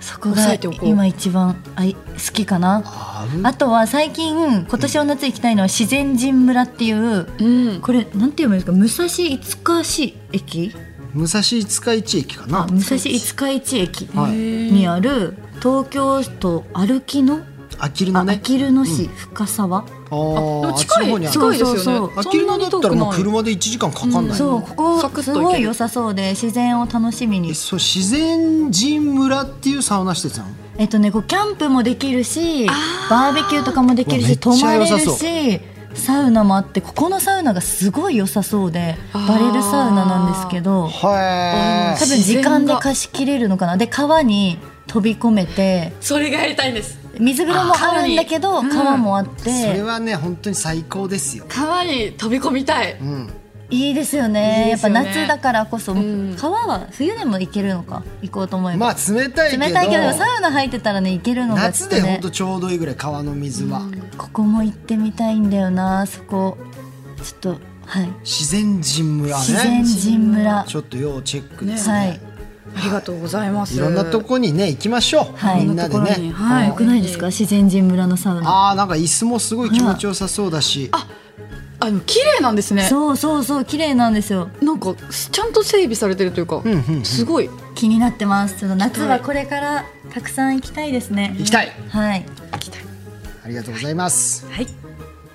S2: そこ
S3: 押さ
S2: が
S3: えておこう
S2: 今一番あい好きかな
S1: あうん
S2: あとは最近今年の夏行きたいのは自然神村っていう
S3: うん
S2: これなんて読むんですか武蔵五日市駅
S1: 武蔵五日市駅かな
S2: あ武蔵五日市駅
S1: はい
S2: にある東京都歩きの
S1: あきる
S2: あ
S1: の
S2: あ
S1: ね
S2: きる野市深沢
S1: あー
S3: でも
S1: あ
S3: 近
S1: っちの方
S3: い
S1: にある
S3: 近いですよね
S2: そうそうそう
S1: あきる野だったらもう車で1時間かかんない、
S3: うん
S2: そうこ
S3: サ
S2: こ
S3: クッ
S2: す
S3: といける
S2: ごい良さそうで自然を楽しみに
S1: えそう自然神村っていうサウナ施設なの
S2: えっとねこうキャンプもできるしバーベキューとかもできる
S1: うわめ
S2: し
S1: っちゃ
S2: 泊まれ
S1: 良
S2: る
S1: さそう
S2: しサウナもあってここのサウナがすごい良さそうで
S3: あー
S2: バレルサウナなんですけど
S1: は
S2: 多
S1: い
S2: 分時間で貸し切れるのかなで川に飛び込めて
S3: それがやりたいんです
S2: 水風呂もあるんだけど
S3: あー川に
S2: 川もあっ
S1: それ
S2: て
S1: はね本当に最高ですよ、
S3: 川に飛び込みたい
S1: うん、
S2: いいですよね
S3: いい
S2: や
S3: で
S2: っ
S3: す
S2: ぱ
S3: よね
S2: 夏だからこそ
S3: ん
S2: 川は冬でも行けるのか行こうと思えば
S1: まあ冷たいけど
S2: 冷たいけどサウナ入ってたらね行けるのが
S1: 夏でほんとちょうどいいぐらい川の水は、
S2: ここも行ってみたいんだよなそこちょっとはい、
S1: 自然神村
S2: 自然
S1: ね
S2: 神村
S1: ちょっと要チェックですね
S2: はい
S3: ありがとうございます
S1: いろんなとこにね行きましょう、
S2: はい
S1: みんなで
S3: いろんなところ
S1: ね
S3: にはい
S2: よくないですか自然神村のサウナ
S1: あーなんか椅子もすごい気持ちよさそうだし、
S3: あでも綺麗なんですね
S2: そうそうそう綺麗なんですよ
S3: なんかちゃんと整備されてるというか、
S1: んうんうん
S3: すごい
S2: 気になってますちょっと夏はこれからたくさん行きたいですね
S1: 行きたい
S2: はい
S1: ありがとうございます、
S3: はい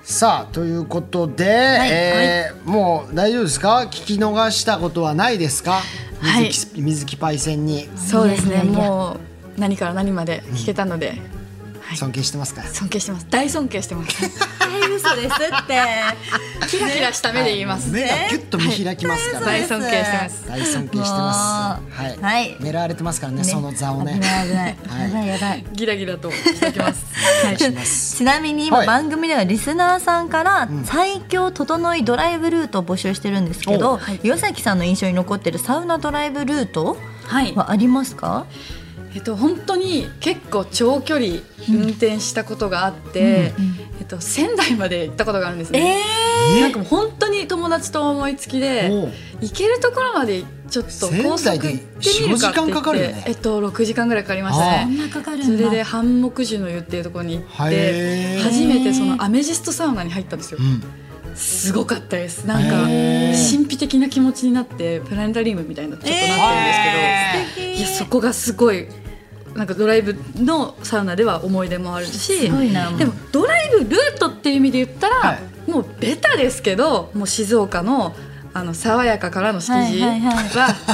S1: さあということで、
S2: い
S1: えーもう大丈夫ですか聞き逃したことはないですか
S3: はい
S1: 水木,、水木パイセンに
S3: そうです
S2: いや
S3: ね
S2: いやいや
S3: もう何から何まで聞けたので、はい
S1: 尊敬してますから、
S3: 尊敬してます大尊敬してます
S2: 大嘘ですって
S3: キラキラした目で言います、
S1: 目がギュッと見開きますから、
S3: 大尊敬してます
S1: 大尊敬してます
S2: もう
S1: はい、
S2: はい
S1: 狙われてますからね その座をね
S2: 危ない危な
S1: は
S2: い
S1: い
S2: やばいやばい
S3: ギラギラとしておきますはい
S1: します
S2: ちなみに今
S1: はい
S2: 番組ではリスナーさんから最強整いドライブルートを募集してるんですけ
S1: お
S2: ど、岩崎さんの印象に残ってるサウナドライブルート
S3: はい
S2: はありますか？
S3: えっと本当に結構長距離運転したことがあって、えっと仙台まで行ったことがあるんですね、なんかもう本当に友達と思いつきで
S1: おう
S3: 行けるところまでちょっと高
S1: 仙台
S3: 速
S1: で
S3: 行ってみるかって
S1: 4-5時間
S3: 言
S1: か
S3: って
S1: かるよね
S3: えっと6時間ぐらいかかりました
S1: あ
S3: ね
S1: あ
S2: そんなかかるんだ
S3: それで半目樹の湯っていうところに行っ
S1: へ
S3: て
S1: え
S3: 初めてそのアメジストサウナに入ったんですよ、
S1: ん
S3: すごかったですなんか
S1: へえ
S3: 神秘的な気持ちになってプラネタリウムみたいになちょっとなってるんですけど、いやそこがすごいなんかドライブのサウナでは思い出もあるし
S2: すごいな
S3: でもドライブルートっていう意味で言ったら、
S1: は
S3: もうベタですけどもう静岡のあの爽やかからの
S2: は
S3: 築
S2: い
S3: 地
S2: はいはい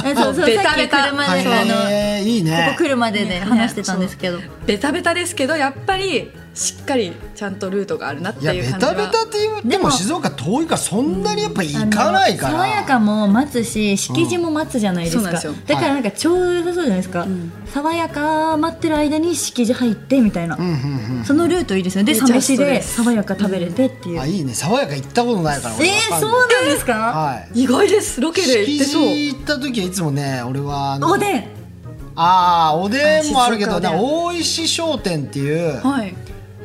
S2: えそ
S3: は
S2: う
S3: も
S2: そうう
S3: ベ
S2: さっ
S3: タ
S2: き
S3: ベタ
S2: 車で
S3: そう
S2: あの
S1: えーいいね
S2: ここ来るまでで
S3: ね
S2: 話してたんですけど、
S3: ベタベタですけどやっぱりしっかりちゃんとルートがあるなって
S1: いや
S3: い
S1: ベ
S3: う感じ
S1: タ
S3: は
S1: ベタって言って
S2: で
S1: も
S2: も
S1: 静岡遠いからそんなにやっぱ
S2: あ
S1: 行
S2: の
S1: かないから
S2: 爽やかも待つし敷地も待つじゃないです
S3: そうなん
S2: か、
S3: ですよ
S2: だからなんかちょうど良さそうじゃないですか、爽やか待ってる間に敷地入ってみたいな、
S1: うんうん
S2: そのルートいいですよねで
S3: めっちゃ
S2: サ飯
S3: そうで
S2: です爽やか食べれてっていう、
S1: うんあいいね爽やか行ったことないから俺
S2: え
S1: わか
S2: ー、
S1: ん
S2: そ
S1: ないう
S2: なんですか？
S1: はい
S3: 意外ですロケで行
S1: 築
S3: ってそう
S1: 地行った時はいつもね俺はあの
S2: おでん。
S1: ああおでんもあるけど
S3: あ静岡
S1: な
S3: おで
S1: 大石商店っていう
S3: はい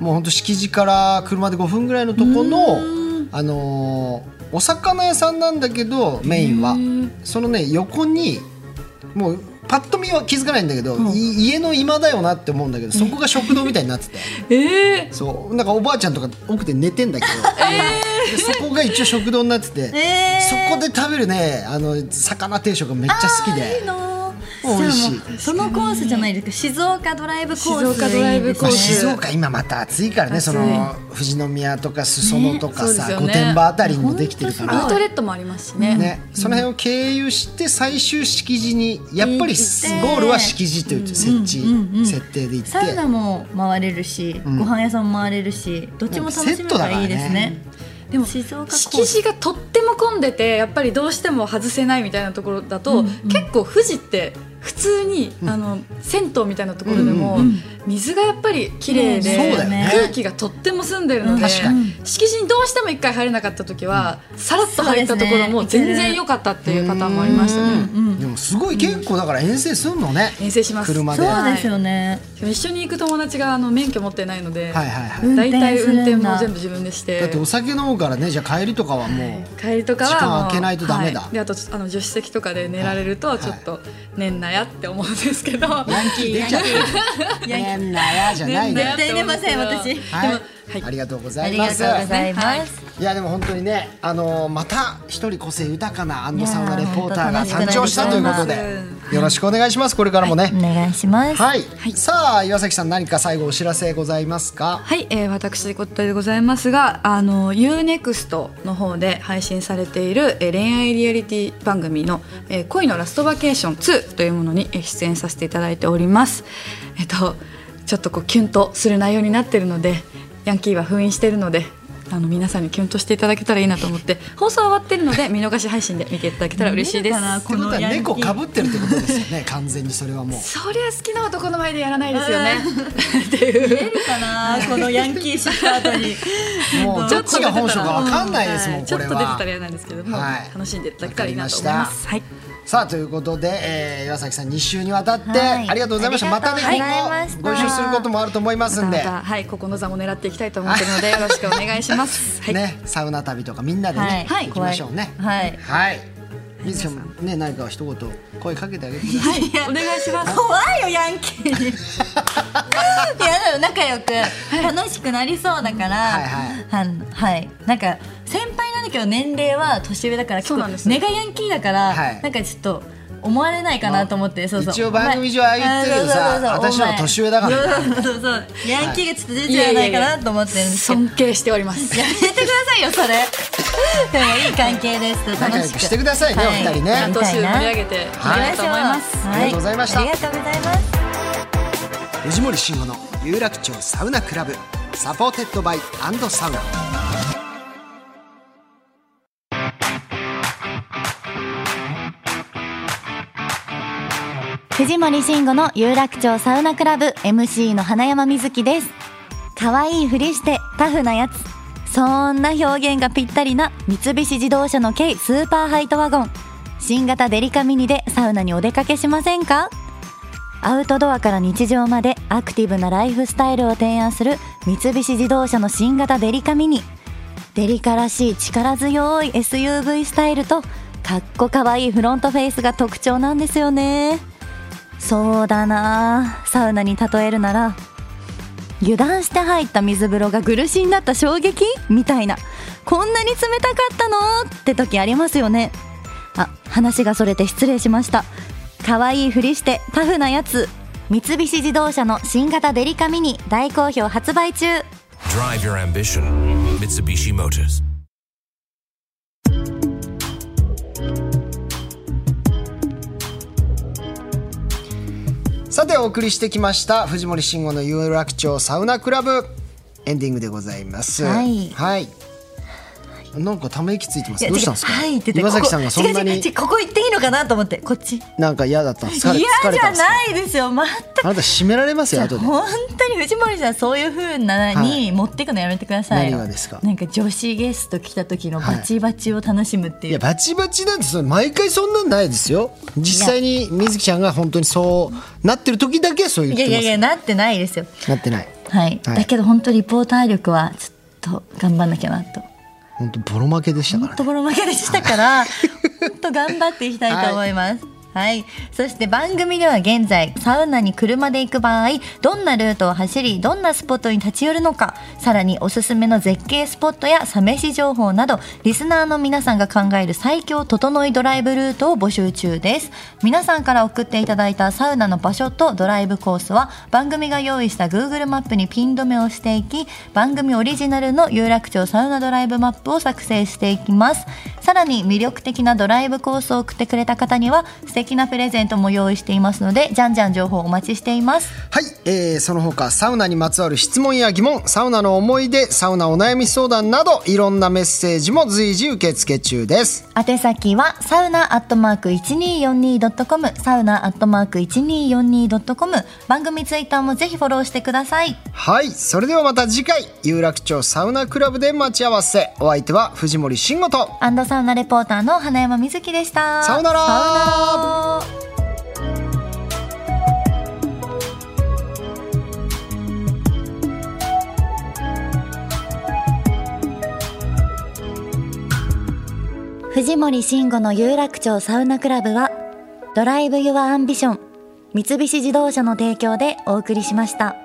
S1: もうほんと敷地から車で5分ぐらいのとこのあのーお魚屋さんなんだけどメインはそのね横にもうパッと見は気づかないんだけど、い家の今だよなって思うんだけどそこが食堂みたいになってて
S3: ええ
S1: そうなんかおばあちゃんとか奥で寝てんだけど、でそこが一応食堂になってて、
S2: えー
S1: そこで食べるねあの魚定食がめっちゃ好きで
S2: いいの。
S1: 美味しい
S2: じゃあもうそのコースじゃないですか静岡ドライブコース
S3: 静岡ドライブコ
S1: ま
S3: ー
S1: あ、
S3: ス
S2: いいです
S1: 静
S2: ね
S1: 岡今また暑いからね
S3: 暑い
S1: その富士宮とか裾野とか
S3: ねそうで
S1: さ、
S3: すよね
S1: 御殿場あたりにもできてるか
S3: アウ
S1: ら
S3: トレットもありますしね
S1: ね、その辺を経由して最終敷地にやっぱり
S2: 行って
S1: ゴールは敷地という設置、設定で行って
S2: サウナも回れるし、ご飯屋さんも回れるしどっちも楽しめたらいいですね
S3: でも
S2: 静岡コース
S3: 敷地がとっても混んでてやっぱりどうしても外せないみたいなところだと、結構富士って普通に、あの銭湯みたいなところでも、水がやっぱり綺麗で、
S1: うんそうだよね
S3: 空気がとっても澄んでるので、
S1: うん確かに
S3: 敷地にどうしても一回入れなかった時は、さらっと入ったところ
S2: そ
S3: も
S2: うですね
S3: 全然良かったっていうパターンもありましたね。
S1: うんでもすごい結構だから遠征するのね、
S3: 遠征します
S1: 車で
S2: そうですよね、
S3: 一緒に行く友達があの免許持ってないので、
S1: はいはいはい、
S2: うん
S3: 大体運転
S2: 運転するんだ
S3: も全部自分でして
S1: だってお酒飲むからねじゃあ帰りとかはもう、
S3: 帰りとかは
S1: 時間
S3: もう
S1: 空けないとダメだ
S3: はいであとちょっとあの助手席とかで寝られるとちょっと寝んなやって思うんですけど、
S1: ヤ ンキー出ちゃってる「やんなや」じゃない
S3: ね
S1: ね
S2: 絶対出ません私、
S1: はい、
S3: はい
S1: ありがとうござ
S2: あ
S1: い
S2: りが
S1: ま
S2: とうご
S1: す
S2: ざいます、
S1: いやでも本当にね、あのーまた一人個性豊かなアンドサウナレポーターが
S2: いやー
S1: 誕生したということ
S3: 本当楽し
S1: で
S3: くなりま
S1: よろしくお願いしますこれからもね
S2: お願いします
S1: はい、さあ岩崎さん何か最後お知らせございますか
S3: はい、えー、私事でございますが、あの UNEXT の方で配信されている、えー、恋愛リアリティ番組の、えー、恋のラストバケーション2というものにえー出演させていただいております。えっとちょっとこうキュンとする内容になってるので、ヤンキーは封印してるので。あの皆さんにキュンとしていただけたらいいなと思って放送終わってるので見逃し配信で見ていただけたら嬉しいで
S2: 見れ
S3: す
S2: たな
S1: ってことは
S2: このヤンキー
S1: 猫かぶってるってことですよ ね完全にそれはもう
S3: そりゃ好きな男の前でやらないですよね っていう
S2: かなこのヤンキーシった後に
S1: もうどっちが本性かわかんないですもん、
S3: はいち
S1: こ
S3: ょっ
S1: れ
S3: と出て
S1: は
S3: たら嫌なんですけども、
S1: はい
S3: 楽しんでいただけたらいいなと思います。はい
S1: さあということで、えー、岩崎さん2週にわたって、
S2: はい
S1: ありがとうございましたまたね
S2: ありがとうございました
S1: 今後ご一緒することもあると思いますんで、
S3: またまたはい、ここの座も狙っていきたいと思ってるので、よろしくお願いします。はい、
S1: ねサウナ旅とかみんなでね、
S2: はい
S1: 行きましょうね
S2: はい
S1: はいみずちゃんもね何か一言声かけてあげてください
S3: はい、 お願いし ます。
S2: 怖いよヤンキ ーにいやでも仲良く楽しくなりそうだから
S1: い
S2: ははいなんか先輩なんだけど年齢は年上だから結
S3: そうなんです
S2: 構根がヤンキーだから、
S1: はい
S2: なんかちょっと思われないかなと思って、そうそう
S1: 一応番組上は言ってるけどさ
S2: お前あそうそう
S1: 私
S2: そう
S1: の方が年上だから
S2: お前そうそうそうそうヤンキーがちょっと出ちゃわないかなと思ってるんですけど
S3: 尊敬しております。
S2: やめてくださいよそ れでもいい関係です楽
S1: 仲良
S2: し
S1: く
S2: く
S1: してくださいね、
S2: はい
S1: お二人ね、
S2: ちゃん
S3: 半
S2: と
S3: 年盛り上げていきたいと思います。
S2: は
S1: ありがとうございました
S2: ありがとうございます
S1: 藤森慎吾の有楽町サウナクラブサポーテッドバイサウナ
S2: 藤森慎吾の有楽町サウナクラブ MC の花山瑞希です可愛いふりしてタフなやつそんな表現がぴったりな三菱自動車の軽スーパーハイトワゴン新型デリカミニでサウナにお出かけしませんかアウトドアから日常までアクティブなライフスタイルを提案する三菱自動車の新型デリカミニデリカらしい力強い SUV スタイルとかっこかわいいフロントフェイスが特徴なんですよねそうだなあサウナに例えるなら油断して入った水風呂が苦しんだった衝撃みたいなこんなに冷たかったのって時ありますよねあ話がそれて失礼しました可愛いふりしてタフなやつ三菱自動車の新型デリカミニ大好評発売中
S4: Drive your ambition. Mitsubishi Motors.
S1: さてお送りしてきました藤森慎吾の有楽町サウナクラブエンディングでございます
S2: はい
S1: はいなんかため息ついてま
S2: い
S1: す
S2: や
S1: どうしたんですか、
S2: 違はいって言って
S1: 岩崎さんがそんな
S2: ここ違う
S1: に
S2: 違う違うここ行っていいのかなと思ってこっち
S1: なんか嫌だったんですか疲れ
S2: 嫌
S1: 疲れ
S2: じ
S1: たん
S2: ゃ
S1: ですか
S2: ないですよ全く
S1: あなた締められますよ後で
S2: 本当に藤森さんそういう風な
S1: はい
S2: に持っていくのやめてくださいよ、
S1: 何がですか
S2: なんか女子ゲスト来た時のバチバチを楽しむって
S1: い
S2: い
S1: や
S2: う、
S1: バチバチなんてそれ毎回そんなんないですよ実際に水木ちゃんが本当にそうなってる時だけそう言っ
S2: いや
S1: て
S2: いや
S1: ま
S2: い
S1: す
S2: やなってないですよ
S1: なってない
S2: はい、
S1: はい
S2: だけど本当リポーター力はちょっと頑張んなきゃなと
S1: 本当ボロ負けでしたからね
S2: ところ負けでしたから本当頑張っていきたいと思いますはい、はい。そして番組では現在、サウナに車で行く場合、どんなルートを走り、どんなスポットに立ち寄るのか、さらにおすすめの絶景スポットやサメシ情報など、リスナーの皆さんが考える最強整いドライブルートを募集中です。皆さんから送っていただいたサウナの場所とドライブコースは、番組が用意した Google マップにピン止めをしていき、番組オリジナルの有楽町サウナドライブマップを作成していきます。さらに魅力的なドライブコースを送ってくれた方には素敵なプレゼントも用意していますのでじゃんじゃん情報お待ちしています
S1: はい、えーその他サウナにまつわる質問や疑問サウナの思い出サウナお悩み相談などいろんなメッセージも随時受付中です
S2: 宛先はサウナアットマーク 1242.com サウナアットマーク 1242.com 番組ツイッターもぜひフォローしてください
S1: はいそれではまた次回有楽町サウナクラブで待ち合わせお相手は藤森慎吾と
S2: アンドサウナレポーターの花山瑞希でした
S1: さよなら
S2: さよなら藤森慎吾の有楽町サウナクラブはドライブ・ユア・アンビション三菱自動車の提供でお送りしました。